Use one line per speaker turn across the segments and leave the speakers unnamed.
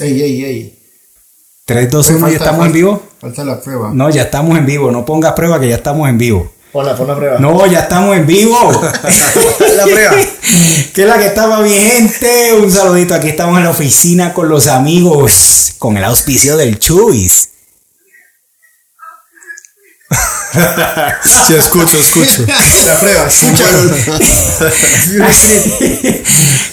Ey, ey, ey.
3, 2, 1, ya estamos en vivo.
Falta la prueba.
No, ya estamos en vivo. No pongas prueba que ya estamos en vivo.
Hola, pon la prueba.
No, ya estamos en vivo.
la prueba.
¿Qué es la que estaba mi gente? Un saludito. Aquí estamos en la oficina con los amigos. Con el auspicio del Chuis.
Sí, escucho, escucho.
La prueba, escúchalo.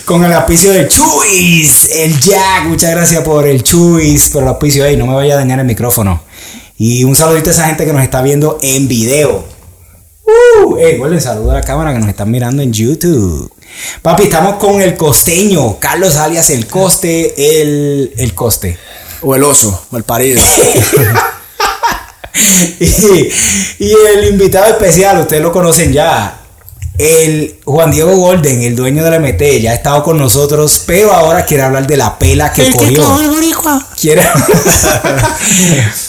con el auspicio del Chuis, el Jack, muchas gracias por el Chuis, por el auspicio, ahí no me vaya a dañar el micrófono. Y un saludito a esa gente que nos está viendo en video. Uh, ey, vuelve saludo a la cámara que nos están mirando en YouTube. Papi, estamos con el costeño, Carlos alias el coste, el, el coste.
O el oso, mal parido.
y, y el invitado especial, ustedes lo conocen ya. El Juan Diego Golden, el dueño de la MT, ya ha estado con nosotros, pero ahora quiere hablar de la pela que
El que
cogió.
cagó el boricua.
Quiere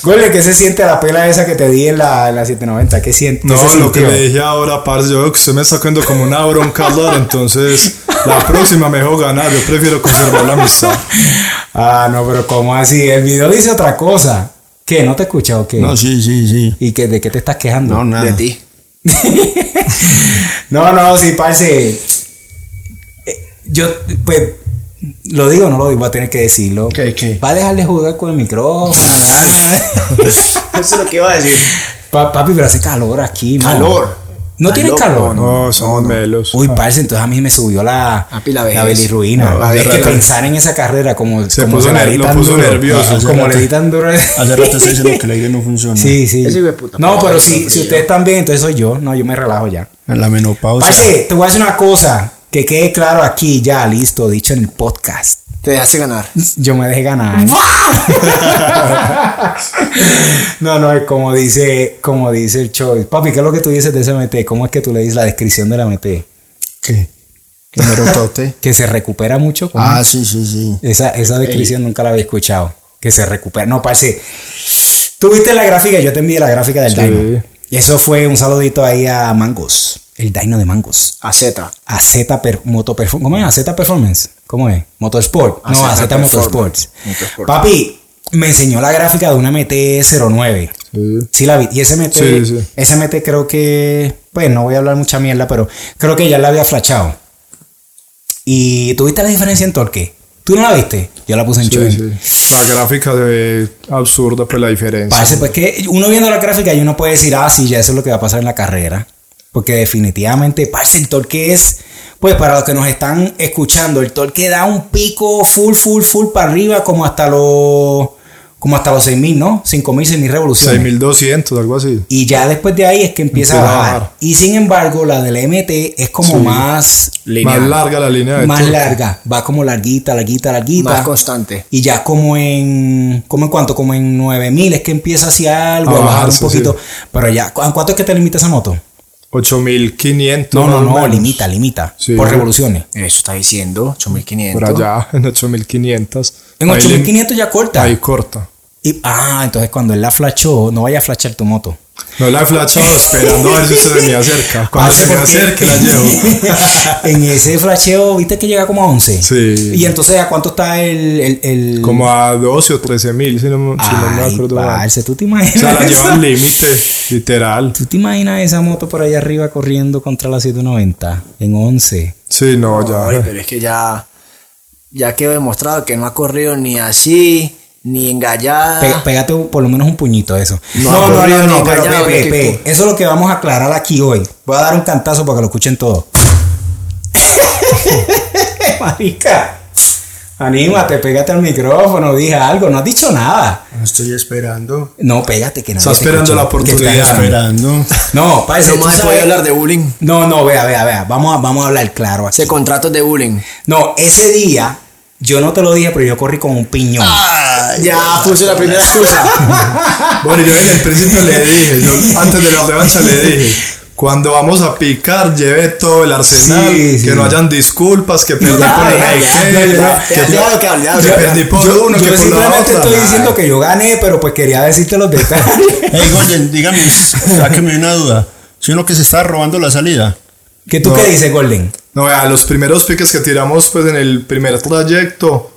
Golden, ¿qué se siente la pela esa que te di en la, en la 790? ¿Qué siente?
No,
qué se
lo que
sintió?
le dije ahora, parce, yo veo que usted me está cogiendo como una bronca hablar, entonces la próxima me dejo ganar, yo prefiero conservar la amistad.
Ah, no, pero ¿cómo así? El video dice otra cosa. ¿Qué? ¿No te escucha o qué?
sí, sí, sí.
¿Y qué, de qué te estás quejando?
No, nada.
De ti.
No, no, sí, parce. Eh, Yo, pues, lo digo o no lo digo, voy a tener que decirlo.
¿Qué, qué?
Va a dejarle jugar con el micrófono.
Eso es lo que iba a decir.
Pa- papi, pero hace calor aquí, mano.
Calor.
¿No
Está
tiene
loco,
calor?
No, somos melos.
Uy, parce, entonces a mí me subió la,
Papi, la vejez.
bilirruina.
No, la
es que
vejez.
pensar en esa carrera como
Se
como
puso
la
ner-
di
lo
tan
puso
duro,
nervioso, hace
Como le
rato.
di tan duro.
Hace rato usted diciendo que el aire no funciona.
Sí, sí.
Ese hijo de puta.
No, pero
Ay,
si,
no,
si
yo.
ustedes están bien, entonces soy yo. No, yo me relajo ya.
En la menopausia.
Parce, te voy a decir una cosa que quede claro aquí, ya, listo, dicho en el podcast.
Te dejaste ganar.
Yo me dejé ganar. no, no, es como dice, como dice el Choice. Papi, ¿qué es lo que tú dices de ese MT? ¿Cómo es que tú le dices la descripción de la MT?
¿Qué?
Que me rompa usted.
Que se recupera mucho. ¿cómo?
Ah, sí, sí, sí.
Esa, esa descripción nunca la había escuchado. Que se recupera. No, parce. Tú viste la gráfica, yo te envié la gráfica del Dino. Y eso fue un saludito ahí a Mangos. El Dino de Mangos.
A Z.
A Z per, Moto Performance. ¿Cómo es? A Z Performance. ¿Cómo es? Motorsport. no,
AZ
a Z
Performance.
Motorsports.
Motorsport.
Papi, me enseñó la gráfica de una MT-09.
Sí.
Sí, la vi. Y ese MT,
Sí, sí.
ese MT creo que, pues no voy a hablar mucha mierda, pero creo que ya la había flachado. ¿Y tuviste la diferencia en torque? ¿Tú no la viste? Yo la puse en
Sí,
Chuen.
sí. La gráfica de absurda, pues la diferencia.
Parece, pues que uno viendo la gráfica y uno puede decir, ah, sí, ya eso es lo que va a pasar en la carrera. Porque definitivamente, parce, el torque es, pues para los que nos están escuchando, el torque da un pico full, full, full para arriba, como hasta los, como hasta los 6000, ¿no? 5000, 6000 revoluciones.
6200, algo así.
Y ya después de ahí es que empieza,
Empieza
a
a
bajar.
bajar.
Y sin embargo, la del MT es como más,
Más larga la línea de
más
torque.
larga. Va como larguita, larguita, larguita.
Más constante.
y ya como en, ¿como en cuánto? Como en 9000 es que empieza hacia algo, a
A
bajar un
bajarse,
poquito. Pero ya, ¿cu- ¿a cuánto es que te limita esa moto?
8500.
No, no,
más o
no,
menos.
limita, limita.
Sí. Eh,
Por revoluciones.
Eso está diciendo. 8500.
Por allá, en 8500.
En
Ahí le-
8500 ya corta.
Ahí corta.
Y, ah, entonces cuando él la flashó, no vaya a flashar tu moto.
No la he flashado esperando a ver si se me acerca. Cuando
Parce,
se me
porque-
acerque la llevo.
Ah, en ese flasheo, viste que llega como a 11.
Sí.
Y entonces, ¿a cuánto está el. el, el-
Como a 12 o 13 mil, si no, si no me
Ay,
acuerdo mal.
parce, ¿tú te
O
imaginas?
sea, la llevo
eso?
al límite, literal.
¿Tú te imaginas esa moto por allá arriba corriendo contra la 790 en 11?
Sí, no,
Ay,
ya.
pero es que ya. Ya quedó demostrado que no ha corrido ni así, ni engallada.
Ah.
Pe- pégate un- por lo menos un puñito a eso.
No, no, no, no,
pero
callado,
pe- pe-
que-
pe. eso es lo que vamos a aclarar aquí hoy. Voy a dar un cantazo para que lo escuchen todos. Marica, anímate, pégate al micrófono, dije algo, no has dicho nada.
Estoy esperando.
No, pégate que no.
Está esperando la oportunidad.
Esperando.
No, parece
No más se puede hablar de bullying.
No, no, vea, vea, vea. Vamos a, vamos a hablar claro aquí.
Se contratos de bullying.
No, ese día, yo no te lo dije, pero yo corrí con un piñón.
Ah. ya puso la primera excusa.
Bueno, yo desde el principio le dije, yo antes de la revancha le dije, cuando vamos a picar, lleve todo el arsenal,
Sí, sí.
que no hayan disculpas, que perdí por
Ah, Ya,
el
ya, ya,
que-
ya,
que-
ya, ya, ya, ya,
que perdí por
yo
uno,
yo
que por la
simplemente
otra.
estoy diciendo que yo gané, pero pues quería decirte los detalles.
Hey Golden, dígame, sáqueme una duda. Si uno que se está robando la salida.
¿Qué tú
No.
qué dices, Golden?
No, a los primeros piques que tiramos pues en el primer trayecto,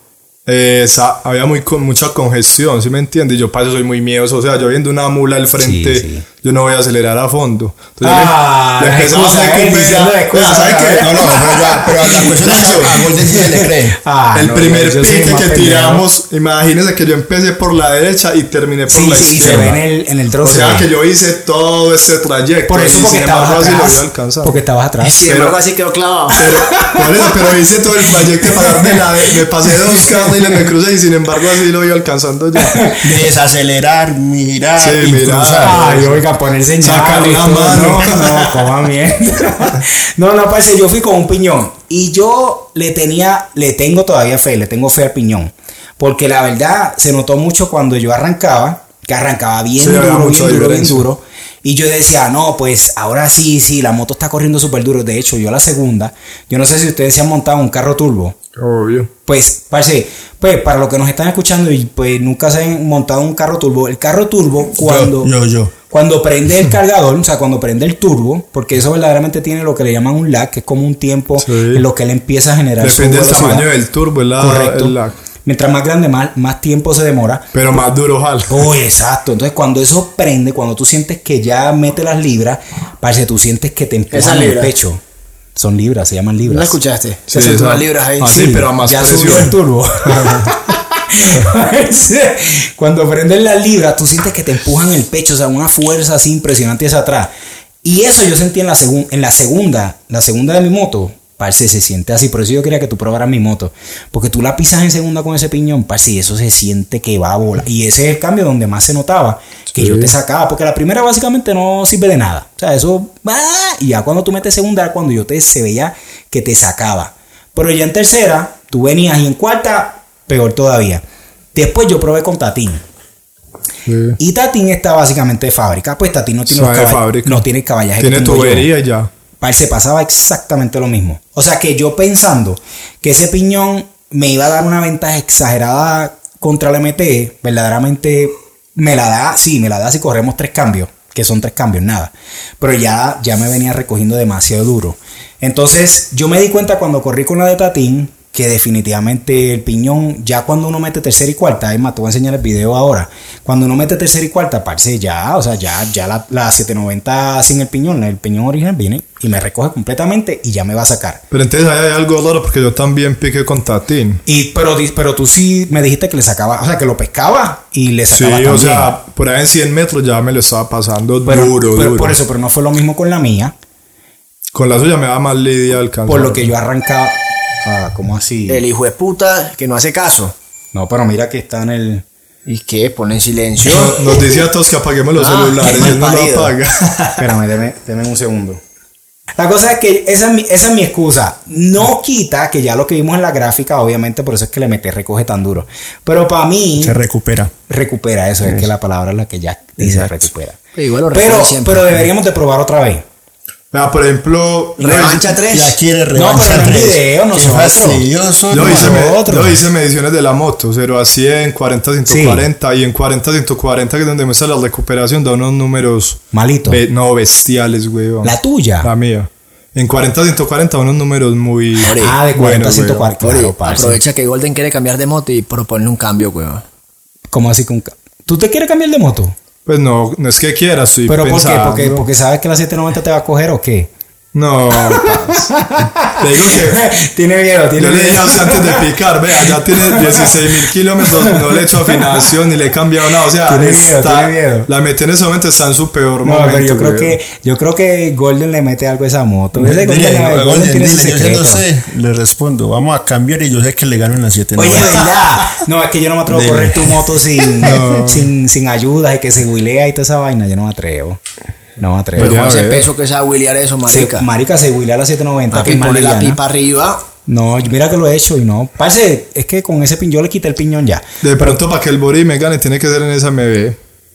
eh, sa- había muy con- mucha congestión, ¿sí me entiendes? Yo para eso soy muy miedoso, o sea, yo viendo una mula al frente,
Sí, sí.
yo no voy a acelerar a fondo.
Ah,
le, le
la
empezamos
excusa,
a
gente,
conversar.
diciendo la excusa,
Ah, ¿sabe
la
qué?
verdad.
No, no, no, va, pero la cuestión es que
A Golden Boy le cree.
Ah,
el
no,
primer
yo soy el
pique
más
que
pendejo.
tiramos, imagínense que yo empecé por la derecha y terminé por
Sí,
la
sí, se
izquierda.
ve en el, en el
O
trozo.
sea
güey.
que yo hice todo este trayecto.
Por eso
y
porque
sin
estabas
embargo así
atrás.
logré alcanzar.
Porque estabas atrás.
Sin embargo, así quedó clavado.
Por eso, pero hice todo el trayecto para darme la de- me pasé dos carriles, me crucé y sin embargo así lo iba alcanzando yo.
Desacelerar, mirar,
Sí,
y
mirar.
cruzar.
Ah, Ay, oiga, ponerse en llamas
Sacar
y
la
todo,
mano.
No, no, coma mierda. No, no, parce, yo fui con un piñón. Y yo le tenía, le tengo todavía fe, le tengo fe al piñón. Porque la verdad, se notó mucho cuando yo arrancaba, que arrancaba bien
Sí, había
duro, bien
mucha
duro, bien
diferencia.
duro. Y yo decía, no, pues ahora sí, sí, la moto está corriendo súper duro. De hecho, yo la segunda, yo no sé si ustedes se han montado un carro turbo.
Obvio.
Pues, parce, pues para los que nos están escuchando y pues nunca se han montado un carro turbo, el carro turbo cuando
Yo, yo.
cuando prende el cargador, o sea, cuando prende el turbo, porque eso verdaderamente tiene lo que le llaman un lag, que es como un tiempo
Sí.
en lo que él empieza a generar su
Depende del
velocidad.
tamaño del turbo, el, la-
Correcto.
el lag.
Mientras más grande, más, más tiempo se demora.
Pero más duro, ojalá.
Uy, exacto. Entonces, cuando eso prende, cuando tú sientes que ya mete las libras, parce, tú sientes que te
Esas
empiezan el
libras.
pecho. Son libras, se llaman
¿No la
libras.
escuchaste? Se
Sí,
sí,
esa-
libras ahí.
Ah, sí, pero a más
ya subió
presión.
el turbo. Cuando prendes las libras, tú sientes que te empujan el pecho, o sea, una fuerza así impresionante hacia atrás. Y eso yo sentí en la, segun- en la segunda, la segunda de mi moto. Parce, se siente así. Por eso yo quería que tú probaras mi moto. Porque tú la pisas en segunda con ese piñón, parce, y eso se siente que va a volar. Y ese es el cambio donde más se notaba que yo te sacaba. Porque la primera básicamente no sirve de nada. O sea, eso va. Y ya cuando tú metes segunda, era cuando yo te se veía que te sacaba. Pero ya en tercera, tú venías y en cuarta, peor todavía. Después yo probé con Tatín.
Sí.
Y Tatín está básicamente de fábrica. Pues Tatín no tiene,
O sea,
los
de
caball-
fábrica.
No tiene el caballaje. que
Tiene
tengo yo.
tubería y ya.
Parce, pasaba exactamente lo mismo. O sea que yo pensando que ese piñón me iba a dar una ventaja exagerada contra el MT, verdaderamente me la da, sí, me la da si corremos tres cambios, que son tres cambios, nada. Pero ya, ya me venía recogiendo demasiado duro. Entonces yo me di cuenta cuando corrí con la de Tatín que definitivamente el piñón, ya cuando uno mete tercera y cuarta, es más, te voy a enseñar el video ahora. Cuando uno mete tercera y cuarta, parce, ya, o sea, ya, ya la, la 790 sin el piñón, el piñón original viene y me recoge completamente y ya me va a sacar.
Pero entonces ahí hay algo raro porque yo también piqué con Tatín.
Y, pero, di- pero tú sí me dijiste que le sacaba, o sea, que lo pescaba y le
Sí,
sacaba.
o
también.
sea, por ahí en 100 metros ya me lo estaba pasando
pero,
duro,
pero
duro.
por eso, pero no fue lo mismo con la mía,
Con la suya me da más lidia alcanzar.
por lo que yo arrancaba. Ah, ¿cómo así?
El hijo de puta que no hace caso.
No, pero mira que está en el.
¿Y qué? Ponle en silencio.
Nos, nos dice a todos que apaguemos los
Ah,
celulares y
mal
él no lo
parido.
apaga.
Espérame, deme, deme un segundo. La cosa es que esa es, mi, esa es mi excusa.
Ah.
No quita que ya lo que vimos en la gráfica, obviamente, por eso es que le metí recoge tan duro. Pero para mí,
Se recupera.
recupera eso. Es que la palabra es la que ya dice recupera.
Igual lo
Pero,
refiero siempre.
pero deberíamos de probar otra vez.
Vea, por ejemplo, yo
Revancha
hice-
3.
Ya
No,
quiere revancha
pero no en
tres.
video,
Qué
nosotros.
fastidioso.
yo hice,
hermano.
me-
otro.
yo hice mediciones de la moto, 0 a 100, 40 a 140 y en 40 a 140 que es donde me sale la recuperación da unos números
Malito.
be- no bestiales, güey.
La tuya.
La mía. En 40 a 140 unos números muy
ah, de 40 a
buenos, güey.
140.
Ori,
Claro, parce.
aprovecha que Golden quiere cambiar de moto y proponerle un cambio, weón.
¿Cómo así con ca- ¿Tú te quieres cambiar de moto?
Pues no, no es que quiera, estoy
¿Pero por qué?
pensando.
Porque, porque sabes que la 790 te va a coger o qué?
No, te digo que
tiene miedo, tiene
Yo le
miedo.
dije antes de picar, vea, ya tiene 16 mil kilómetros, no le he hecho afinación ni le he cambiado nada. O sea,
Tiene miedo, tiene miedo.
la metí en ese momento, está en su peor
No,
momento.
pero yo creo
güey.
que yo creo que Golden le mete algo a esa moto. Ese Golden,
Dile,
Golden
Golden,
tiene su
dile, yo
secreto.
no sé. Le respondo, vamos a cambiar y yo sé que le gano en la 7.
Oye, ¿verdad? No, es que yo no me atrevo a
Dile.
correr tu moto sin, sin, sin ayuda y que se huilea y toda esa vaina. Yo no me atrevo. No me atrevo.
Pero
Ya
con ese
veo.
peso que se va a wheelear eso, marica.
se, marica, se huilea la 790. que
Papi,
es más
pone la
liviana.
pipa arriba.
No, yo- mira que lo he hecho y no. Parce, es que con ese piñón le quité el piñón ya.
De pronto, para que el Bori me gane, tiene que ser en esa MB.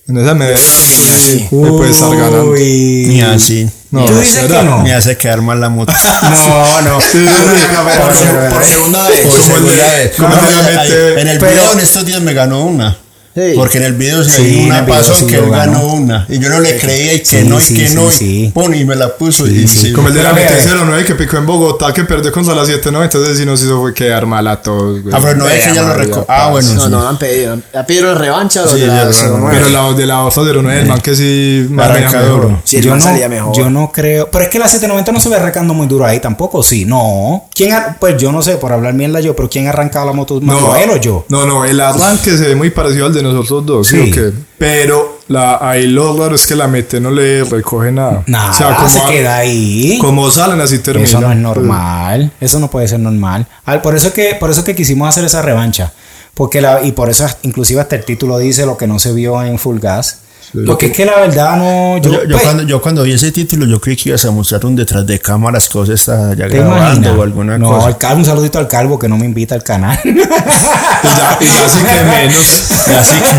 En esa MB sí, me puede estar ganando.
Uy.
Ni así.
No,
¿Tú dices
¿verdad?
que no?
Me hace quedar mal la moto.
No, no.
Sí, sí, sí.
Por
pero,
seg-
pero,
Por segunda vez.
Por
segunda
segunda
vez.
vez. Claro,
Ahí,
obviamente.
En el
Pero-
video en estos días me ganó una.
Sí.
Porque en el video se
Sí,
ve
en el
una
video
pasó
sí
que
lo
él
ganó.
ganó una. Y yo no le creía y que
Sí,
no, y
sí,
que
sí,
no.
sí.
Y pon, y me la puso. y sí.
Como el de la
Pero,
noticia de la 9 que picó en Bogotá, que perdió contra la 7, ¿no? Entonces, si nos hizo fue quedar mal a todos, güey.
Ah, pero no es que ya lo recordó. Ah, bueno.
No,
sí.
no, han pedido. ¿Ha pedido revancha o
Sí,
de la
ya lo
segunda?
revancharon.
Pero la de la otra 09, el man que sí más
Arranca
venía
duro.
mejor.
Sí, el
yo,
man
no,
salía mejor.
yo no creo. Pero es que la 790 no se ve arrancando muy duro ahí tampoco, sí. No. ¿Quién ar- pues yo no sé, por hablar mierda yo, pero ¿quién arrancaba la moto más? ¿Él o yo?
No, no, el arranque se ve muy parecido al de nosotros dos,
Sí.
sí. o qué? Pero la, ahí lo raro es que la mete no le recoge nada.
Nada,
o sea, como,
se
a-
queda ahí.
como salen así termina.
Eso no es normal. Eso no puede ser normal. Al- por eso que, por eso que quisimos hacer esa revancha. Porque la, y por eso hasta- inclusive hasta el título dice lo que no se vio en Full Gas. Porque es que la verdad no. Yo,
Yo, yo
pues,
cuando, yo cuando vi ese título, yo creí que ibas a mostrar un detrás de cámaras, cosas está ya
¿te
grabando
imaginas?
o alguna
no,
cosa.
al calvo, un saludito al calvo que no me invita al canal.
Y ya, y ya sí que menos. Ya sí, ya sí que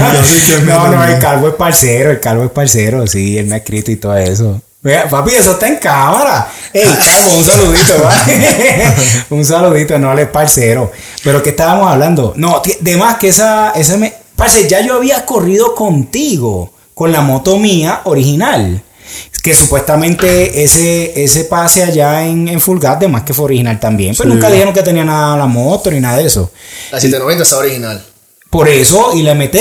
no,
menos.
no, el calvo es parcero, el calvo es parcero, sí, él me ha escrito y todo eso. Vea, papi, eso está en cámara. Ey, un saludito, ¿vale? un saludito, no, él es parcero. Pero ¿qué estábamos hablando? No, ti- de más que esa, ese me... Parce, ya yo había corrido contigo, con la moto mía original. Que supuestamente ese, ese pase allá en, en Full Gas, de más que fue original también. Pero nunca dijeron que tenía nada la moto ni nada de eso.
La 790 está original.
Por eso, y la MT,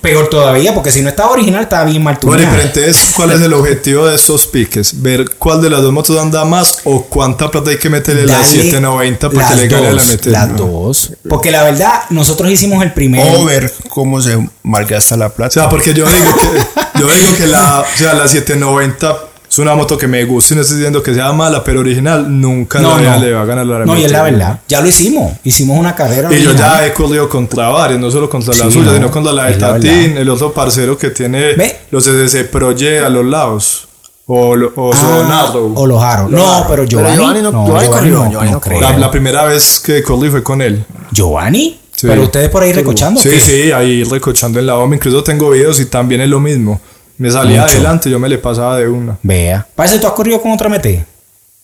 peor todavía, porque si no estaba original, estaba bien mal
Bueno, y
tuneada.
pero entonces, ¿cuál es el objetivo de estos piques? Ver cuál de las dos motos anda más o cuánta plata hay que meterle a la
Dale
790 para que
las
le gane a la
dos,
MT.
Las
¿no? Oh,
dos. Porque la verdad, nosotros hicimos el primero.
O ver cómo se malgasta la
O sea,
plata.
porque yo digo que, yo digo que la, o sea, la 790 es una moto que me gusta y no estoy diciendo que sea mala, pero original nunca la voy a- le va a ganar la
No, y es la
MT.
verdad. Ya lo hicimos. Hicimos una carrera.
Y yo
original.
ya he corrido contra varios, no solo contra la
Sí,
suya,
no,
sino contra la de
es la
Tatín, el otro parcero que tiene
Ve.
los SC Proye a los lados. O, lo- o
Ah,
Sonardo.
O los aros. No, pero Giovanni.
Giovanni no-
no,
Giovanni
Giovanni
corrió,
no,
Giovanni
no
no
creo.
la, la primera vez que corrí fue con él.
Giovanni.
Sí.
Pero ustedes por ahí recochando. ¿o
Sí,
qué?
sí, ahí recochando en la OMA. Incluso tengo videos y también es lo mismo. Me salía
Mucho.
adelante, yo me le pasaba de una.
Vea. Parece tú has corrido con otra MT.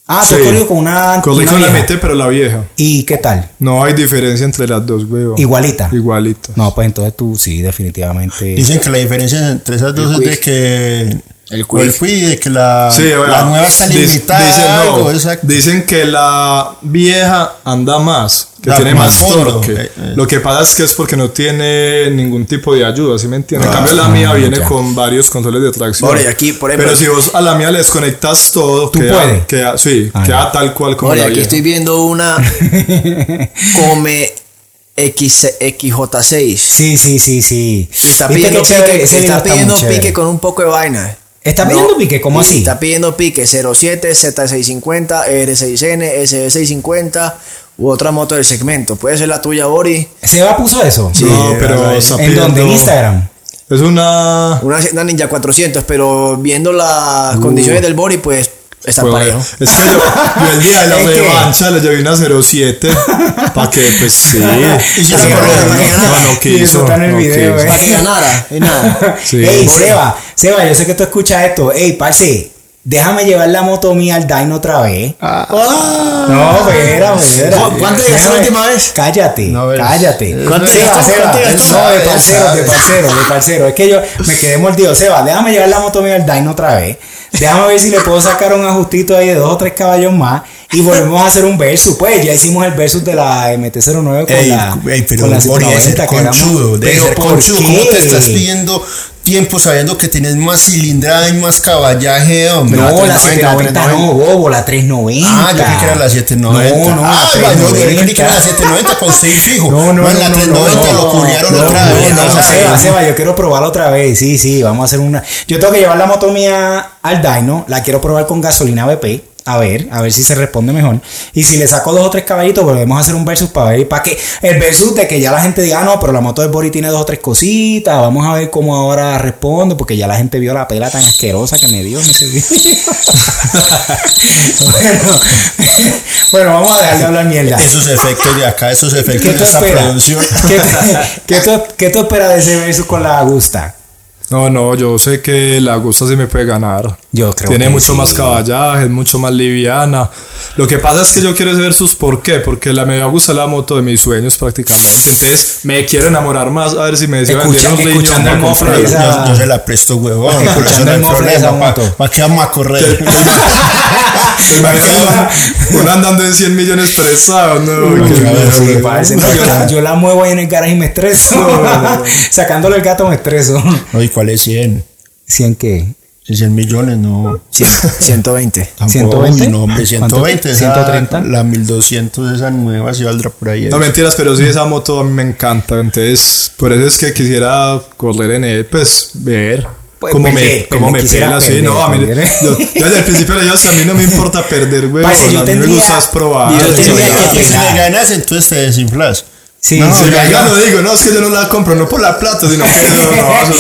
Ah, tú
Sí.
has corrido con una.
Corrí
una
con la
vieja.
MT, pero la vieja.
¿Y qué tal?
No hay diferencia entre las dos, weón.
Igualita.
Igualito.
No, pues entonces tú sí, definitivamente.
Dicen que la diferencia entre esas dos es de que
El
o el
quick.
Quick, de que la,
Sí,
la
vea,
nueva está
dic-
limitada.
dicen, no,
algo, exacto.
dicen que la vieja anda más, que
Da
tiene
más
más
fondo,
torque.
eh, eh.
Lo que pasa es que es porque no tiene ningún tipo de ayuda, ¿sí me entiendes? en cambio, la
ah,
mía viene
ya.
con varios controles de tracción.
Ahora, y aquí, por ejemplo,
Pero si vos a la mía le desconectas todo, queda,
puedes.
queda- sí,
Ah,
queda tal cual como
Oye,
la
aquí
vieja.
estoy viendo una Come X, XJ6.
Sí, sí, sí, sí.
Y está
Viste
pidiendo
que chévere,
pique,
ese video
está pidiendo
muy chévere.
pique con un poco de vaina.
¿Está pidiendo pique? ¿Cómo
sí,
así?
Está pidiendo pique 07, Z650, R6N, SB650 u otra moto del segmento. Puede ser la tuya, Ori.
¿Seba puso eso?
No, pero
ahí.
está
¿En dónde? ¿En
pidiendo-
Instagram?
Es una.
Una, una Ninja 400, pero viendo las
Uh.
condiciones del Bori, pues está
Pues,
parejo.
es que yo, yo el día de la
Es que-
revancha le llevé una 07. ¿Para qué? Pues sí.
Y si te
Pero
acuerdas,
no,
para que
ganara.
no, no
Y eso
quiso,
está en el
no
video,
quiso.
eh.
Para que ganara, y nada.
Sí.
Ey, Seba, Seba, yo sé que tú escuchas esto. Ey, parce, déjame llevar la moto mía al Dino otra vez.
Ah.
No, espera, espera.
¿Cu- cuánto llegaste la
Déjame-
última vez?
Cállate,
No, ves.
cállate.
¿Cuánto
Seba,
llegaste?
Seba,
¿Cuánto llegaste?
no, de
Sabes,
parcero, de
sabes.
parcero, de parcero. Es que yo me quedé mordido. Seba, déjame llevar la moto mía al Dino otra vez. Déjame ver si le puedo sacar un ajustito ahí de dos o tres caballos más. Y volvemos a hacer un versus. Pues ya hicimos el versus de la MT-09 con
Ey,
la.
ey, pero
con la
Bori,
790
debe ser
que era-
conchudo, debe
Pero
ser
¿por
conchudo. ¿Cómo
qué?
te estás pidiendo tiempo sabiendo que tienes más cilindrada y más caballaje, hombre?
No, la
790,
790 no, bobo, la 390.
Ah, yo creí que era la 790.
No, no,
ah,
la
yo creí que
390.
era la 790 con 6 fijo.
No, no, no,
en la
no,
390
no,
lo culiaron
no,
otra
no,
vez.
no,
¿no?
no,
¿sabes?
Seba, Seba, yo quiero probarla otra vez. Sí, sí, vamos a hacer una. Yo tengo que llevar la moto mía al Dino. La quiero probar con gasolina BP. A ver, a ver si se responde mejor. Y si le saco dos o tres caballitos, volvemos a hacer un versus para ver. Para que el versus de que ya la gente diga, "Ah, no, pero la moto del Bori tiene dos o tres cositas. Vamos a ver cómo ahora responde. Porque ya la gente vio la pela tan asquerosa que me dio en ese video. bueno, bueno, vamos a dejar de hablar mierda.
Esos efectos de acá, esos
¿Qué
efectos
tú
de esta
esperas?
producción.
¿Qué, qué tú- qué tú esperas de ese verso con la Augusta?
No, no, yo sé que la Gusta sí me puede ganar.
Yo creo
Tiene
que
mucho
sí.
más caballaje, es mucho más liviana. Lo que pasa es que yo quiero ver sus por qué, porque la me gusta la moto de mis sueños prácticamente. Entonces me quiero enamorar más, a ver si me decía
Escucha-
vender un riñón
escuchando
de
con
mofla.
Freddy. Esa-
Yo, yo se la presto, huevón.
Escuchando
Eso
el
no hay
mofle de esa
problema.
moto.
¿Para qué vamos a correr?
Uno andando en 100 millones prestado, no. qué
claro,
mierda.
sí,
Parece, no, yo, la, yo la muevo ahí en el garaje y me estreso. Sacándole el gato me estreso.
No, ¿y cuál es 100?
100 qué?
Si 100 millones, no.
Cien- 120.
Tampoco,
120?
uy, no, hombre, 120. esa-
130?
La 1200, esa nueva, si valdrá por ahí.
No mentiras, pero sí esa moto a mí me encanta. Entonces, por eso es que quisiera correr en él, pues ver
Pues,
cómo me,
perder,
cómo
perder,
me
quisiera
pela. Sí,
perder,
no, a mí,
perder.
yo, yo desde el principio le digo, "Sí, a mí no me importa perder, güey.
Parce,
pero
yo
a mí me
tendría-
gusta es probar.
yo
güey.
tendría que
Porque si le ganas, entonces te desinflas.
Sí,
No,
sí,
yo venga, no digo, no, es que yo no la compro, no por la plata, sino por no, no,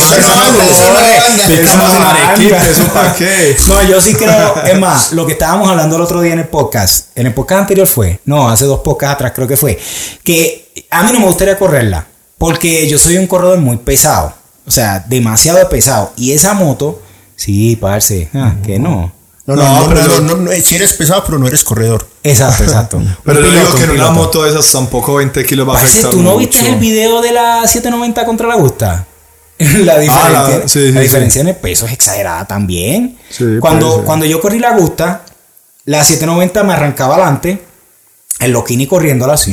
no, picamos en Arequipa, eso para qué.
No, yo sí creo, es más, lo que estábamos hablando el otro día en el podcast, en el podcast anterior fue, no, hace dos podcasts atrás creo que fue, que a mí no me gustaría correrla, porque yo soy un corredor muy pesado, o sea, demasiado pesado, y esa moto, sí, parce, ah, que no.
No, no,
No,
no, no, no,
pero-
no, no, eh, si eres pesado, pero no eres corredor.
Exacto, exacto.
Pero
Un
yo
piloto,
digo que en
un
una
piloto.
moto de esas tampoco 20 kilos va a
Parce,
afectar
¿tú no
mucho.
viste el video de la 790 contra la Gusta? La diferencia,
la- sí, sí,
la
sí.
diferencia en el peso es exagerada también.
Sí, puede
cuando,
ser.
cuando yo corrí la Gusta, la 790 me arrancaba adelante, el loquini corriéndola así.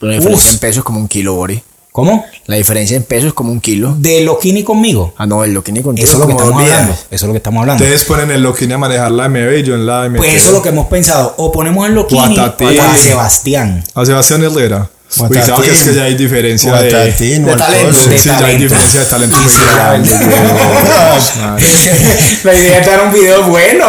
La diferencia en
Uf,
pesos es como un kilo, Bori.
¿Cómo?
La diferencia en pesos es como un kilo.
De loquini conmigo.
Ah, no, el lo que ni contigo
Eso es lo que
como
estamos
dos días.
hablando. Eso es lo que estamos hablando.
Ustedes ponen el loquín a manejar la MB y yo en la MB.
pues eso es lo que hemos pensado. O ponemos el loquini o a
Guatatín.
Sebastián.
A Sebastián Herrera. Uy,
Guatatín.
claro que es que ya hay diferencia de,
Guatatín,
de talento.
Walcoce.
De
Sí, ya hay
talento.
diferencia de talento.
Sí, sí, la verdad. la idea era un video bueno.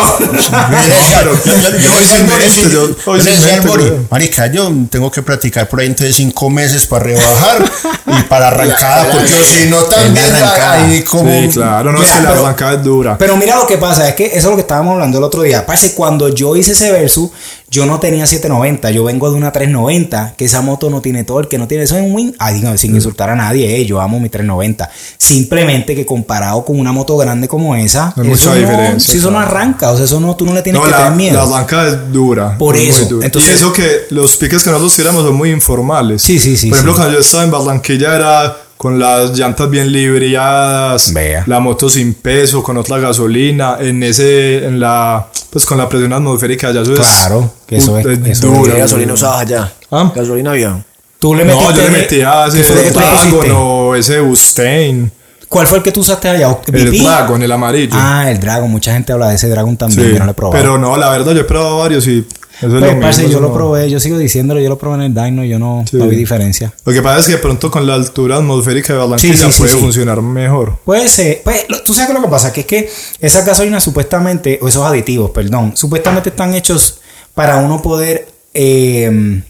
Claro, yo, yo- yo hoy sin mente, yo hoy
Entonces
sin
decía el
mente,
Boli,
güey.
Marica, yo tengo que practicar por ahí entonces cinco meses para rebajar y para arrancada, porque si no también
arrancada.
ahí como.
Sí, claro, no es que la
Claro.
arrancada es dura.
Pero mira lo que pasa, es que eso es lo que estábamos hablando el otro día. Parce, cuando yo hice ese versus, yo no tenía 790, yo vengo de una 390, que esa moto no tiene todo, el que no tiene eso es un win. Ah, dígame,
Mm.
sin insultar a nadie, eh, yo amo mi 390. Simplemente que comparado con una moto grande como esa,
Hay mucha
eso no-
diferencia,
si eso no
claro.
arranca, o sea, eso no, tú no le tienes
No,
que
la,
tener
la
miedo.
arrancada es dura.
Por
es muy
eso,
dura.
entonces-
y eso que los piques que nosotros tiramos son muy informales.
Sí, sí, sí,
Por ejemplo,
sí.
cuando yo estaba en Barranquilla era con las llantas bien libreadas,
Vea.
la moto sin peso, con otra gasolina, en ese, en la, pues con la presión atmosférica ya eso es-
Claro, que eso es- eso
Puta,
es-
dura,
¿Qué gasolina
dura.
usabas allá?
¿Ah?
Gasolina había.
Tú le
No, yo le metía
¿Qué fue lo
ese
que tú le pusiste?
Dragon o ese Bustein,
este. ¿Cuál fue el que tú usaste allá?
el
¿BP?
Dragon, el amarillo.
Ah, el Dragon, mucha gente habla de ese Dragon también,
Sí,
yo no lo he probado.
Pero no, la verdad yo he probado varios y eso es
Pero,
lo
parce,
mismo,
yo
eso
lo
no-
probé, yo sigo diciéndolo, yo lo probé en el Dino, yo no,
Sí.
no vi diferencia.
Lo que pasa es que de pronto con la altura atmosférica de Barranquilla
Sí, sí, sí,
puede
sí.
funcionar mejor.
Puede ser, pues lo- tú sabes que lo que pasa, que es que esas gasolinas supuestamente, o esos aditivos, perdón, supuestamente están hechos para uno poder eh,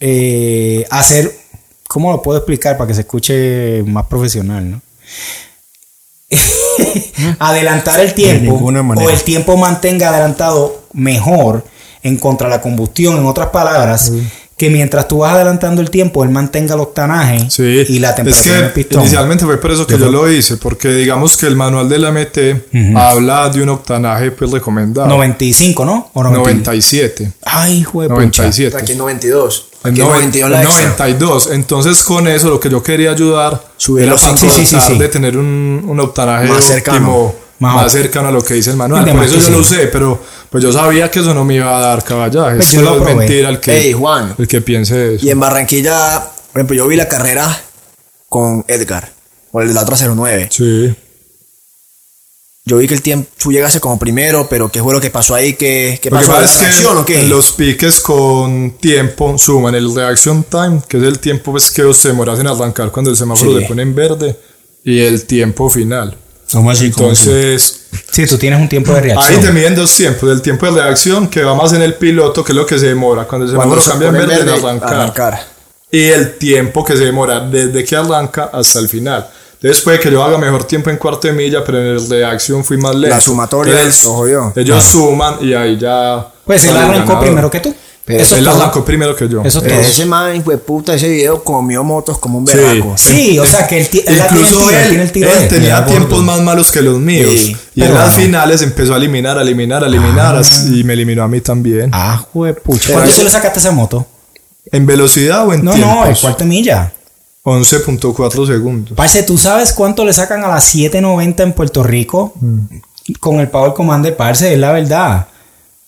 eh, hacer, ¿cómo lo puedo explicar para que se escuche más profesional, no? Adelantar el tiempo
ninguna manera.
o el tiempo mantenga adelantado mejor en contra la combustión, en otras palabras, que mientras tú vas adelantando el tiempo, él mantenga el octanaje
Sí.
y la temperatura
es que
del pistón.
Inicialmente fue por eso que yo lo hice, porque digamos que el manual de la MT habla de un octanaje pues recomendado.
95, ¿no? ¿O 90?
97.
Ay, hijo de pucha.
97.
Aquí en 92.
En
Aquí en
noven-
92 la
en
extra.
92. Entonces, con eso, lo que yo quería ayudar
Subir
era
los
para
cinco.
tratar
Sí, sí, sí, sí.
de tener un, un octanaje
Más cercano.
óptimo,
Más
más,
óptimo.
cercano a lo que dice el manual.
De
Por
más
eso
que
yo
sí.
lo usé, pero pues yo sabía que eso no me iba a dar caballaje.
Pues yo
Solo
lo
es
probé.
mentira el que,
Ey, Juan.
el que piense eso.
Y en Barranquilla, por ejemplo, yo vi la carrera con Edgar, o el de la otra 09.
Sí.
Yo vi que el tiempo, tú llegaste como primero, pero ¿qué fue lo que pasó ahí? ¿Qué, qué
Lo que
pasó?
pasa
¿La
es que
fracción o qué?
los piques con tiempo suman el reaction time, que es el tiempo pues, que os demoras en arrancar cuando el semáforo
Sí.
le pone en verde, y el tiempo final.
¿Cómo así? ¿Cómo así?
Entonces,
Sí, tú tienes un tiempo de
Ahí te
reacción.
miden dos tiempos, el tiempo de reacción que va más en el piloto, que es lo que se demora cuando el semáforo
se
cambia en
pone
verde, en
verde,
arrancar.
arrancar.
Y el tiempo que se demora desde que arranca hasta el final. Entonces puede que yo haga mejor tiempo en cuarto de milla, pero en el de acción fui más lento.
sumatoria,
Entonces,
lo jodió.
Ellos suman y ahí ya...
Pues él
sale el
arrancó
ganador.
primero que tú. Pero eso
Él la
todo.
arrancó primero que yo.
Eso todo.
Ese man, pues puta, ese video comió motos como un
Sí.
berraco.
Sí, o sea, que él, ti- él la tiene
Incluso
tira,
él,
tiene el tiro
él
de-
tenía
Era
tiempos
gordo.
más malos que los míos.
Sí,
y en
pero
las
bueno.
finales empezó a eliminar, a eliminar, a eliminar. as- Y me eliminó a mí también.
Ah, juepucha.
Pero-
¿Cuánto se le sacaste a esa moto?
¿En velocidad o en
No,
tiempos?
no, el cuarto milla.
11.4 segundos.
Pache, ¿tú sabes cuánto le sacan a las 7.90 en Puerto Rico?
Mm.
Con el Power Commander, parce, es la verdad.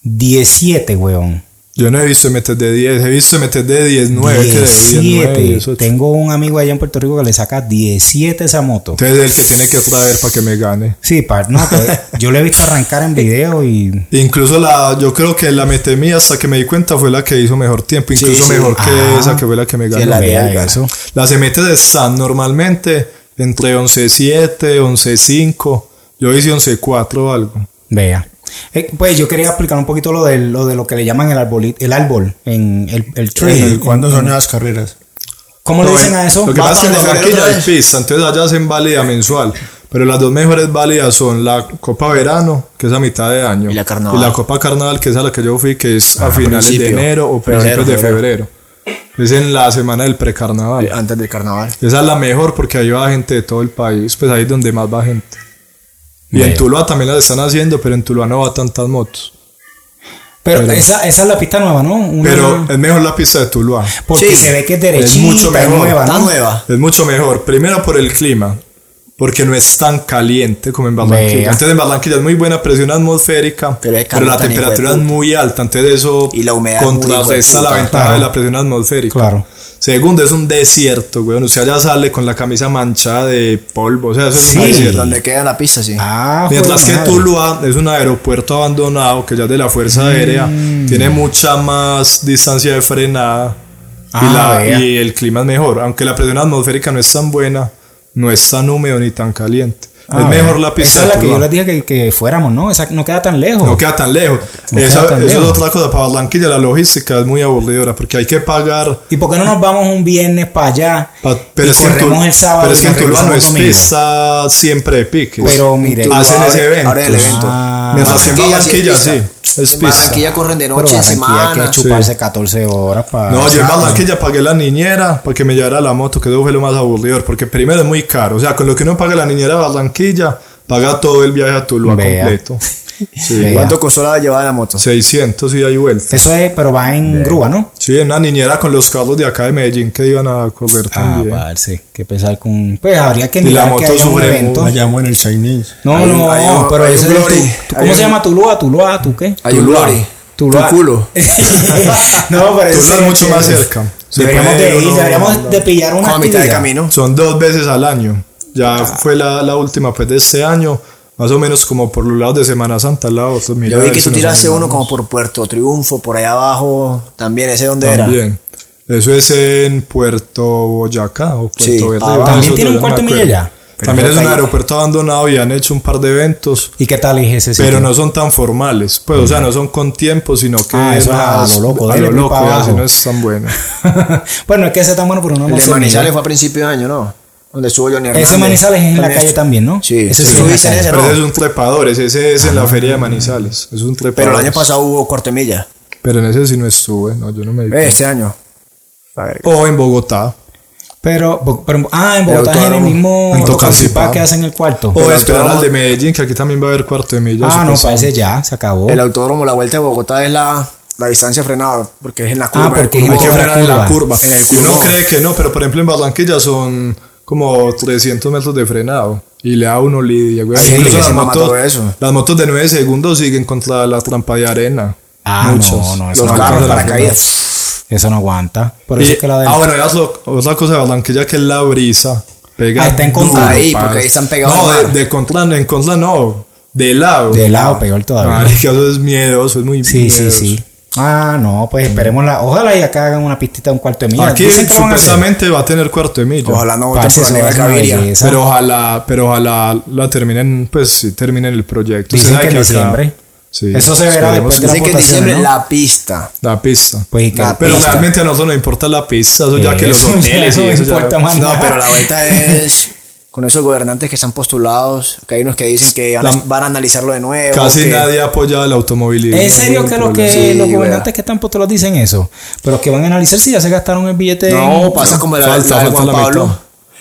17, weón.
Yo no he visto meter de 10, he visto meter de 10, 9,
17. Tengo un amigo allá en Puerto Rico que le saca 17 esa moto.
Entonces él me tiene que traer para que me gane.
Sí, par, no, pues, yo le he visto arrancar en video y...
Incluso la, yo creo que la meté mía hasta que me di cuenta fue la que hizo mejor tiempo, incluso
sí.
mejor que
Ah.
esa que fue la que me ganó.
la de
Vea
Algar.
eso.
Las MTs están normalmente entre 11.7, 11.5. Yo hice 11.4 o algo.
Vea. Eh, pues yo quería explicar un poquito lo de lo, de lo que le llaman el arbolito, el árbol, en el, el tree.
¿Y ¿Cuándo son esas carreras?
¿Cómo le
No,
dicen
eh,
a eso?
Lo que pasa es que en
Vamos a
Barranquilla
ver
hay pista, entonces allá hacen válida mensual. Pero las dos mejores válidas son la Copa Verano, que es a mitad de año.
Y la Carnaval. Ah,
Y la Copa Carnaval, que es a la que yo fui, que es a finales de
principio.
enero o principios de
Febrero,
febrero. Es en la semana del precarnaval.
Antes del carnaval.
Esa es la mejor porque ahí va gente de todo el país, pues ahí es donde más va gente. Y en Tuluá también las están haciendo, pero en Tuluá no va tantas motos.
Pero esa, esa es la pista nueva, ¿no? Una-
Pero es mejor la pista de Tuluá.
porque
Sí.
se ve que es derechita,
Es mucho mejor.
nueva,
Está
¿no?
nueva.
Es mucho mejor. Primero por el clima. Porque no es tan caliente como en
Vea.
Barranquilla. Antes en Barranquilla es muy buena presión atmosférica,
Pero
pero,
es calor
la
tan
temperatura es
hijueputa.
muy alta. Entonces eso
Y la humedad muy
contrarresta la
hijueputa,
ventaja
claro.
de la presión atmosférica.
Claro.
Segundo, es un desierto, weón. Usted allá sale con la camisa manchada de polvo. O sea, eso es un
Sí,
desierto.
donde queda la pista, sí.
Ah,
Mientras que
joder, madre.
Tuluá es un aeropuerto abandonado que ya es de la
Mm.
Fuerza Aérea tiene mucha más distancia de frenada y,
Ah,
la-
vea.
y el clima es mejor. Aunque la presión atmosférica no es tan buena, no es tan húmedo ni tan caliente.
Ah,
es
vea.
mejor la pista.
Esa es
de
la que yo
Tuluá.
les dije que, que fuéramos, ¿no? Esa no queda tan lejos.
No queda tan lejos.
No queda
Esa-
tan
eso
lejos.
es otra cosa. Para Barranquilla la logística es muy aburridora porque hay que pagar.
¿Y por qué no nos vamos un viernes para allá?
pa- pero,
y
es que en Tul-
corremos el sábado.
pero es
y
que en Tuluá no
regresamos
es
domingo?
pista siempre de piques.
Pero mire,
Tuluá
hacen ese
ahora-
evento.
ahora el evento.
Ah.
Mientras que en
Barranquilla
Barranquilla
sí es
sí, es
en
pista.
Barranquilla corren de
Pero
noche, en
Barranquilla
semana.
hay que chuparse 14 horas para.
No, yo en Barranquilla pagué la niñera para que me llevara la moto, que eso fue lo más aburrido, porque primero es muy caro. O sea, con lo que uno paga la niñera a Barranquilla, paga todo el viaje a Tuluá
Vea.
completo. Sí,
Vea.
¿cuánto?
¿Cuánto costó la llevada de la moto?
600 y hay vuelta.
Eso es, pero va en grúa, ¿no?
Sí, en una niñera con los carros de acá de Medellín que iban a correr
Ah,
también.
parce, que pensar con. Pues habría que
la
mirar que
moto
haya un
sufre
evento.
mucho.
Allá en el Chinese.
No,
Hay un-
no,
hay un-
pero
hay
ese
un
es el
glory.
tu- tu-
Hay
¿Cómo
un-
se llama Tuluá? Tuluá, ¿tú qué?
Hay un glory.
Tuluá.
Tu culo.
no, pero
Tuluá
eso
es mucho más
chévere.
cerca. Se
Deberíamos
puede
de ir,
uno-
deberíamos de pillar una
Como a mitad de
actividad.
camino.
Son dos veces al año. Ya
Ah.
fue la, la última, pues de este año, más o menos como por los lados de Semana Santa, al lado. mira,
Yo
a
vi
ver
que
si
tú
nos
tiraste uno
animamos.
como por Puerto Triunfo, por allá abajo. También, ese donde era.
También. Eso es en Puerto Boyacá o Puerto
Sí,
Verde.
ah,
Eso
también
yo
tiene un
no me
cuarto
acuerdo.
milla ya.
También
Pero
es un
está ahí.
aeropuerto abandonado y han hecho un par de eventos,
¿Y qué tal es ese
pero
sitio?
no son tan formales. Pues, o
Mm.
sea, no son con tiempo, sino que
Ah, eso es a
más
lo loco,
a
dale,
lo
pues,
loco,
para
y así
abajo.
no es tan bueno.
bueno, es que ese está bueno, pero no
El
lo
de
sé.
Manizales
mira.
fue a principio de año, ¿no? Donde estuvo Johnny Hernández.
Ese Manizales es en la
También
calle
estu-
también, ¿no?
Sí,
Ese sí
sí,
es en la
estuviste en
calle.
ese,
Pero ese es
¿no? Ah.
un trepadores, ese es en la feria de Manizales. Es un
Pero
trepadores.
el año pasado hubo cortemilla.
Pero en ese sí no estuve, no, yo no me di
Eh,
cuenta.
Este año. A ver.
O en Bogotá.
Pero, bo- pero- ah, en Bogotá es en el
autódromo.
mismo
En
Tocancipá
Tocancipá.
que hacen el cuarto.
O
Pero
esperar al
actuamos-
de Medellín, que aquí también va a haber cuarto de milla.
ah, no,
supuestamente.
parece ya, se acabó.
El autódromo, la vuelta de Bogotá es la, la distancia frenada, porque es en la curva.
porque
Hay
es
que
en la
frenar en la
curva.
curva. Uno cree que no, pero por ejemplo en Barranquilla son como 300 metros de frenado. Y le da uno lidia, güey.
Sí,
Incluso
que
las
se mama
motos,
todo eso.
las motos de 9 segundos siguen contra la trampa de arena.
Ah, no,
Muchos.
no, eso no
Los
Los
carros,
carros de la
aguanta.
paracaídas.
Eso no aguanta. Por eso
Y-
es que la de.
ah, bueno, ya lo- otra cosa de Barranquilla que es la brisa. Pega
Ah, está en contra.
duro,
Ahí,
parce.
porque ahí están pegados
No,
al
de,
mar.
de contra, en contra no. De lado.
de lado, peor todavía.
Marica, eso es miedoso, es muy
Sí, sí,
miedoso.
sí. Ah, no, pues esperemos la. Ojalá y acá hagan una pistita de un cuarto de milla.
Aquí
Dicen que van a hacer.
supuestamente va a tener cuarto de milla.
Ojalá no voten
Parce,
por
eso
Aníbal
es una
Gaviria.
belleza.
Pero ojalá, pero ojalá la terminen, pues sí, terminen el proyecto.
Dicen
Será
que en
acá-
diciembre.
Sí,
Eso se verá
esperemos
después de
que-
Dicen que en
votaciones,
diciembre
¿no?
la pista.
la pista.
Pues, y que la
pero
pista.
realmente a nosotros nos importa la pista, eso ya que los
Eso ya
hoteles y
no
eso ya
importa más
No,
nada.
pero la vuelta es con esos gobernantes que están postulados, que hay unos que dicen que van, a-
La-
van a analizarlo de nuevo.
Casi
que-
nadie ha apoyado el automovilismo.
¿En serio que, los que
Sí,
los
güey.
gobernantes que están postulados dicen eso? Pero los que van a analizar si ya se gastaron el billete.
No,
en-
pasa como la,
Falta-
la de
falta
Juan
la
Pablo.
mitad.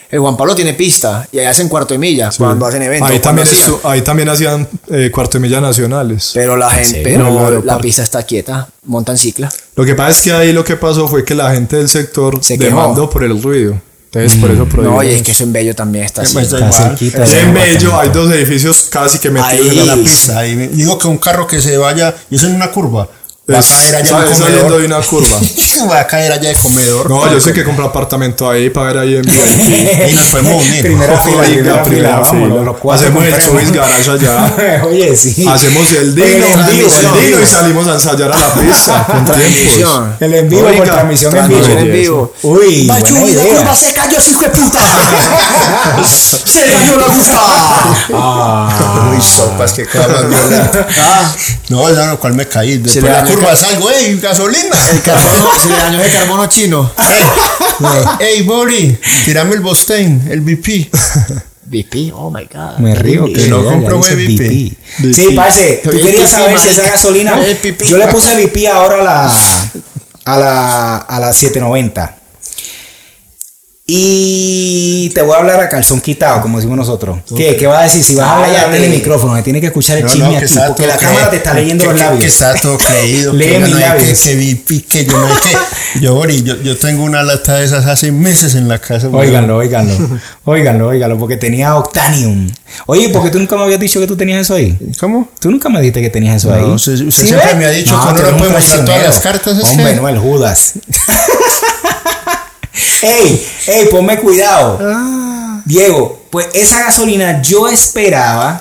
El Juan Pablo tiene pista y ahí hacen cuarto de milla cuando hacen eventos.
Ahí
cuando
también,
hacían.
estu- ahí también hacían eh, cuarto de milla nacionales.
Pero la
serio?
gente, Ah, pero
En el
la
aeropuerto.
pista está quieta, montan cicla.
Lo que pasa es que ahí lo que pasó fue que la gente del sector
Se Mm.
demandó por el ruido. Entonces, por eso prohibieron.
No, y es que eso en Bello también está así.
Pues da
Está
igual.
cerquita.
Es en Bello hay dos edificios casi que metidos
Ahí.
en la pista.
Pista, Pues ahí me- digo que un carro que se vaya, y eso en una curva, va a
Es-
caer allá
sale
de
saliendo
comedor.
de una curva.
va a caer allá de comedor.
No, yo sé que compré apartamento ahí para ver ahí en Bello.
Y nos podemos unir.
Primera fila,
Oiga,
primera
primera
fila, vámonos,
fila.
los cuatro
Hacemos el
compramos.
Choice Garage allá.
Oye, sí.
Hacemos el dino,
Oye, en vivo,
hacemos
en
el dino
vivo.
y salimos a ensayar a la pista con tiempos.
Transmisión.
El en vivo
Oiga,
por transmisión en vivo.
transmisión
en vivo.
Uy, buena
Pachuy, la
idea.
curva se cayó, hijo de puta. se falló la puta.
Uy, sopas, qué cosa más violenta. Ah, No, ya no, cual me caí. Después
Se
de
le
la
dañó
curva salgo, ey, gasolina.
El carbono, se le dañó el carbono chino.
Ey, no, ey, Bori, tirame el Bostein, el BP.
VP, oh my god.
Me río que
no
ya- ya
compró
dice
VP.
VP. Sí, parce, tú
El
querías
pipí,
saber si
marica.
esa gasolina.
El pipí.
Yo le puse VP ahora a la a la a la 790. Y te voy a hablar a calzón quitado, como decimos nosotros. ¿Qué? ¿Qué vas a decir? Si vas a hablar en el micrófono, me tiene que escuchar el
No,
chisme
no, que
aquí,
está
porque
todo
la cámara
cre-
te está leyendo
que-
los
que-
labios.
Que está todo creído.
Lee
que,
mis
no,
labios.
que, que BP, que yo no sé qué. Yo, Bori, yo, yo tengo una lata de esas hace meses en la casa. güey.
Óiganlo, óiganlo. óiganlo, óiganlo, porque tenía Octanium. Oye, ¿por qué tú nunca me habías dicho que tú tenías eso ahí?
¿Cómo?
Tú nunca me dijiste que tenías eso ahí.
No, usted- usted siempre me ha dicho que uno
tú
le
eres
puede
un
mostrar todas
traicionero.
las cartas, es
Hombre,
que-
no, el Judas. ey, ey, ponme cuidado. Diego, pues esa gasolina yo esperaba.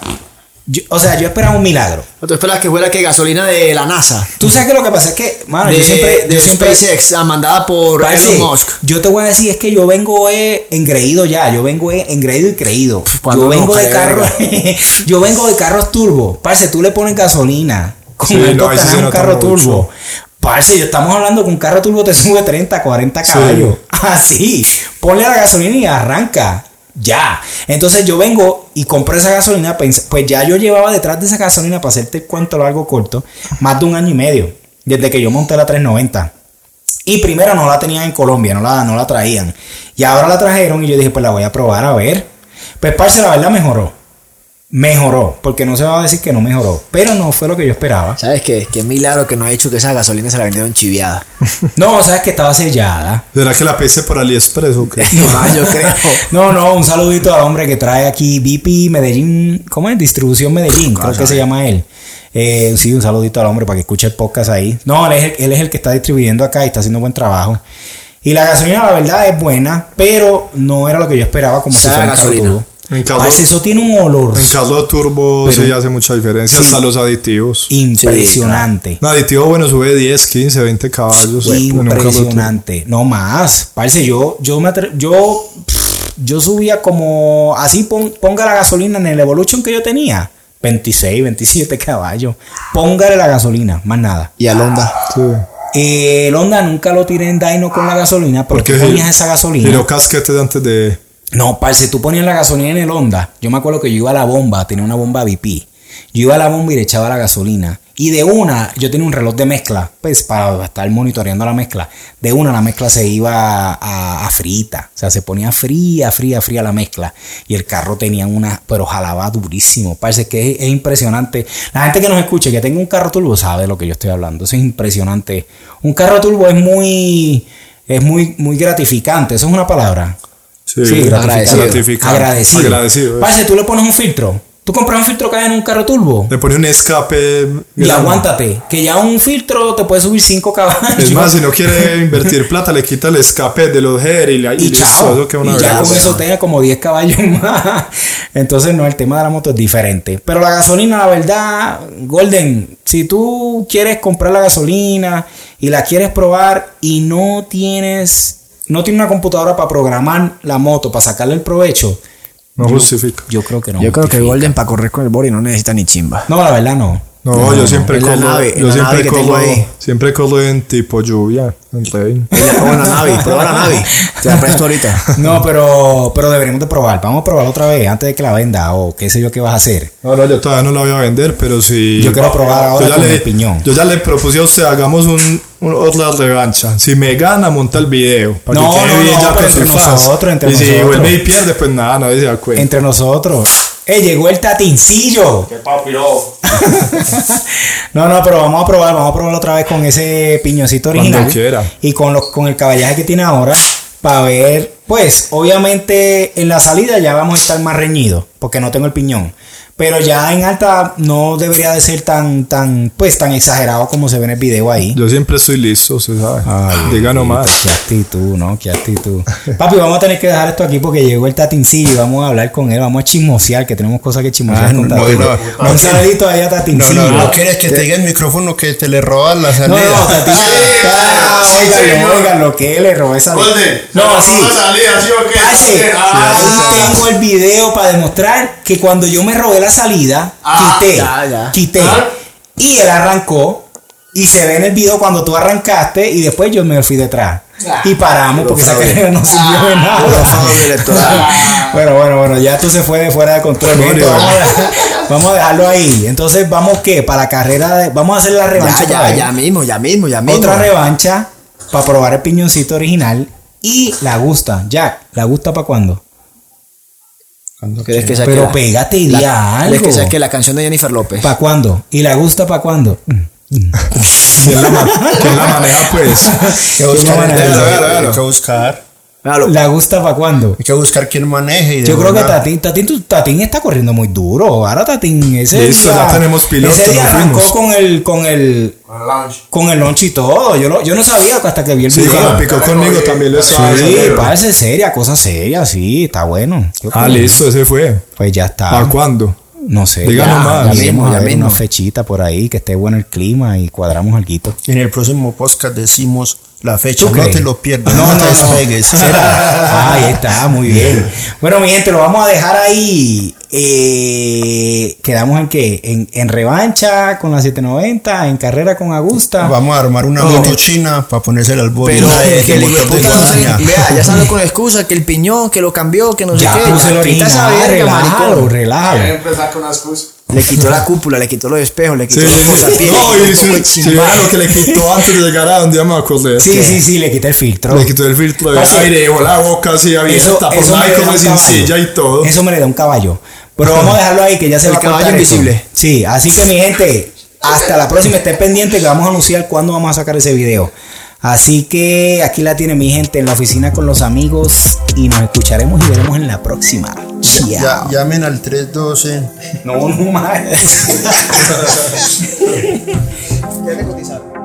yo- o sea, yo esperaba un milagro.
¿Tú esperas que fuera que gasolina de la NASA?
Tú sabes que lo que pasa es que, mano,
de,
yo siempre.
de
yo siempre-
SpaceX, la mandada por
Parce,
Elon Musk.
Yo te voy a decir, es que yo vengo eh, engreído ya, yo vengo eh, engreído y creído.
cuando
Yo
no,
vengo de
joder,
carro, yo vengo de carros turbo. Parce, tú le pones gasolina. Como
Sí,
estos
no, ahí sí
carajos,
se
un
nota
carro
mucho.
turbo. Parce, yo estamos hablando que un carro turbo te sube 30, 40 caballos. Así. Ponle la gasolina y arranca. Ya. Entonces yo vengo y compré esa gasolina. pens- Pues ya yo llevaba detrás de esa gasolina, para hacerte el cuento largo corto, más de un año y medio. Desde que yo monté la 390. Y primero no la tenían en Colombia, no la, no la traían. Y ahora la trajeron y yo dije, pues la voy a probar a ver. Pues parce, la verdad mejoró. Mejoró, porque no se va a decir que no mejoró. Pero no fue lo que yo esperaba.
¿Sabes qué? Qué milagro que no ha hecho que esa gasolina se la vendieron chiviada.
No, sabes que estaba sellada.
¿Será que la pese por AliExpress o qué?
Ah, yo creo.
No, no, un saludito al hombre que trae aquí BP Medellín. ¿Cómo es? Distribución Medellín, creo que se llama él. Eh, sí, un saludito al hombre para que escuche el podcast ahí. No, él es, el, él es el que está distribuyendo acá y está haciendo buen trabajo. Y la gasolina, la verdad, es buena, pero no era lo que yo esperaba como si
Sabe
fuera
a gasolina.
gasolina.
En caso-
Ah, eso tiene un olor
En caso de turbo sí hace mucha diferencia, hasta los aditivos.
impresionante.
Un aditivo bueno sube 10, 15, 20 caballos. en un carro turbo.
Impresionante. No más. Parce, yo, yo me atre- yo, pff, yo subía como así pon- ponga la gasolina en el Evolution que yo tenía. 26, 27 caballos. Póngale la gasolina, más nada.
Y al Honda.
Sí.
Eh, El Honda nunca lo tiré en Dino con la gasolina, porque
Porque
tú ponías
sí.
esa
Y
gasolina.
los casquetes antes de...
No, parce, tú ponías la gasolina en el Honda. Yo me acuerdo que yo iba a la bomba, tenía una bomba BP. Yo iba a la bomba y le echaba la gasolina. Y de una, yo tenía un reloj de mezcla, pues para estar monitoreando la mezcla. De una la mezcla se iba a, a frita. O sea, se ponía fría, fría, fría la mezcla. Y el carro tenía una, pero jalaba durísimo. Parece que es, es impresionante. La gente que nos escuche, que tenga un carro turbo, sabe de lo que yo estoy hablando. Eso es impresionante. Un carro turbo es muy, es muy, muy gratificante. Eso es una palabra. Sí,
gratificante.
gratificado.
gratificante.
Agradecido.
Agradecido, eh.
Parce, tú le pones un filtro. Tú compras un filtro que hay en un carro turbo.
Le pone un escape.
Y
grande.
aguántate, que ya un filtro te puede subir 5 caballos.
Es más, si no quiere invertir plata, le quita el escape de los head y, le- y
y
listo,
chao.
eso que una
y ya
vez.
con eso tenga como 10 caballos más. Entonces, no, el tema de la moto es diferente. Pero la gasolina, la verdad, Golden, si tú quieres comprar la gasolina y la quieres probar y no tienes, no tienes una computadora para programar la moto, para sacarle el provecho,
No justifica.
yo creo que no.
Yo creo que
justifica.
Golden para correr con el Bori no necesita ni chimba.
No, la verdad no.
No, yo siempre
en la
colo,
nave, en
yo
la
siempre
nave que tengo
colo,
ahí.
siempre colo en tipo lluvia, en rain.
Le pongo la Navi, prueba la Navi. Te la presto ahorita.
No, pero, pero deberíamos de probar. Vamos a probar otra vez antes de que la venda o qué sé yo qué vas a hacer.
No, no, yo todavía no la voy a vender, pero si...
Yo quiero probar ahora con el piñón.
Yo ya le propuse a usted, hagamos un, un- otra revancha. Si me gana, monta el video. para
No,
que quede
no,
bien
no, pero
ya con
entre
sus fans.
nosotros, entre
Y si
nosotros.
vuelve y pierde, pues nada, nadie se da cuenta.
Entre nosotros. ¡Eh, llegó el tatincillo!
¿Qué papiro?
No, no, pero vamos a probar, vamos a probar otra vez con ese piñoncito
Cuando
original.
quiera.
Y con, los- con el caballaje que tiene ahora, para ver, pues, obviamente en la salida ya vamos a estar más reñidos, porque no tengo el piñón. Pero ya en alta no debería de ser tan, tan, pues, tan exagerado como se ve en el video ahí.
Yo siempre estoy listo, se sabe. Diga nomás.
Qué actitud, ¿no? Qué actitud. Papi, vamos a tener que dejar esto aquí porque llegó el tatincillo y vamos a hablar con él, vamos a chismosear, que tenemos cosas que chismosear
Ah,
con
no,
Tatincillo.
no.
Un saludito ahí a
No,
tatincillo.
no, no Ah, quieres que te diga el micrófono que te le robas la
No,
salida.
no, Tatiana.
Ah, sí,
Oigan,
señor.
oigan, lo que le robó esa.
Golden,
No,
¿le
sí.
robó la salida, sí o qué?
Ah,
Parce,
Sí, ah,
tengo el video para demostrar que cuando yo me robé la salida,
Ah,
quité,
ya, ya. Ah.
quité. Y él arrancó. Y se ve en el video cuando tú arrancaste y después yo me fui detrás.
Ah,
y paramos porque esa carrera no sirvió de nada.
puro fraude electoral.
bueno, bueno, bueno, ya esto se fue de fuera de control. mi gente.
Gloria.
Vamos, a, vamos a dejarlo ahí. Entonces, ¿vamos qué? Para la carrera, de- vamos a hacer la revancha.
Ya,
otra
ya,
vez.
ya mismo, ya mismo, ya mismo.
Otra revancha para probar el piñoncito original y la gusta. Jack, ¿la gusta para cuándo?
¿Quieres que saque
Pero
la-
pégate y di
la,
algo.
¿Quieres que saque la canción de Jennifer López?
¿Para cuándo? ¿Y la gusta para cuándo?
¿Quién la, quién la maneja, pues?
Hay que buscar,
Vamos a
hay que-
analizar.
hay que buscar,
Claro.
¿La gusta para cuándo?
hay que buscar quién maneje. y de
Yo creo que
verdad.
Tatín, Tatín, tú- Tatín está corriendo muy duro. Ahora Tatín, ese
Listo,
día-
ya tenemos piloto,
Ese día
nos
arrancó
fuimos.
con el, con el, con el lunch y todo. Yo, lo- yo no sabía hasta que vi el
Sí,
video.
cuando picó conmigo también le sabe.
Sí,
pero-
parece seria, cosa seria, sí, está bueno. Yo
Ah,
creo.
listo, ese fue.
Pues ya está.
¿Para cuándo?
No sé.
Diga
ya,
nomás.
ya
Ya
mismo,
mismo, ya
a ver,
mismo.
Una fechita por ahí, que esté bueno el clima y cuadramos algo.
En el próximo podcast decimos la fecha.
¿Tú
No
crees?
te lo pierdas.
No,
No,
no,
te
no.
despegues.
Ah, ahí está, muy bien. Bueno, mi gente, lo vamos a dejar ahí. Eh, quedamos en que en, en revancha con la 790, en carrera con Augusta.
Vamos a armar una
Ojo.
moto china para ponerse el albor.
Pero
Una de-
es que el
de
hijo de
motor de
puta,
caña.
vea, ya salió con la excusa que el piñón, que lo cambió, que no sé
Ya
qué.
puse el
quita esa
original,
verga,
relájalo,
maricón.
relájalo.
empezar con las cosas.
Le quitó la cúpula, le quitó los espejos, le
Sí,
quitó los
sí,
posapiés,
no,
le
y
quitó
si,
todo
si
el
vieron
chimbal.
lo que le quitó antes de llegar a donde vamos a correr.
Sí, sí, sí, le quité el filtro.
Le quitó el filtro de
Parce,
aire, dejó la boca así
Eso,
abierta,
eso
por
me
ahí
le da
como
un
sin
caballo.
silla y todo.
Eso me le da un caballo. Pero vamos a dejarlo ahí que ya se
El
va a cortar
caballo
esto.
invisible.
Sí, así que mi gente, hasta la próxima. Estén pendientes que vamos a anunciar cuándo vamos a sacar ese video. Así que aquí la tiene mi gente en la oficina con los amigos y nos escucharemos y veremos en la próxima. Chao.
Ya- Llamen al 312.
No, no más.
Ya le cotizaron.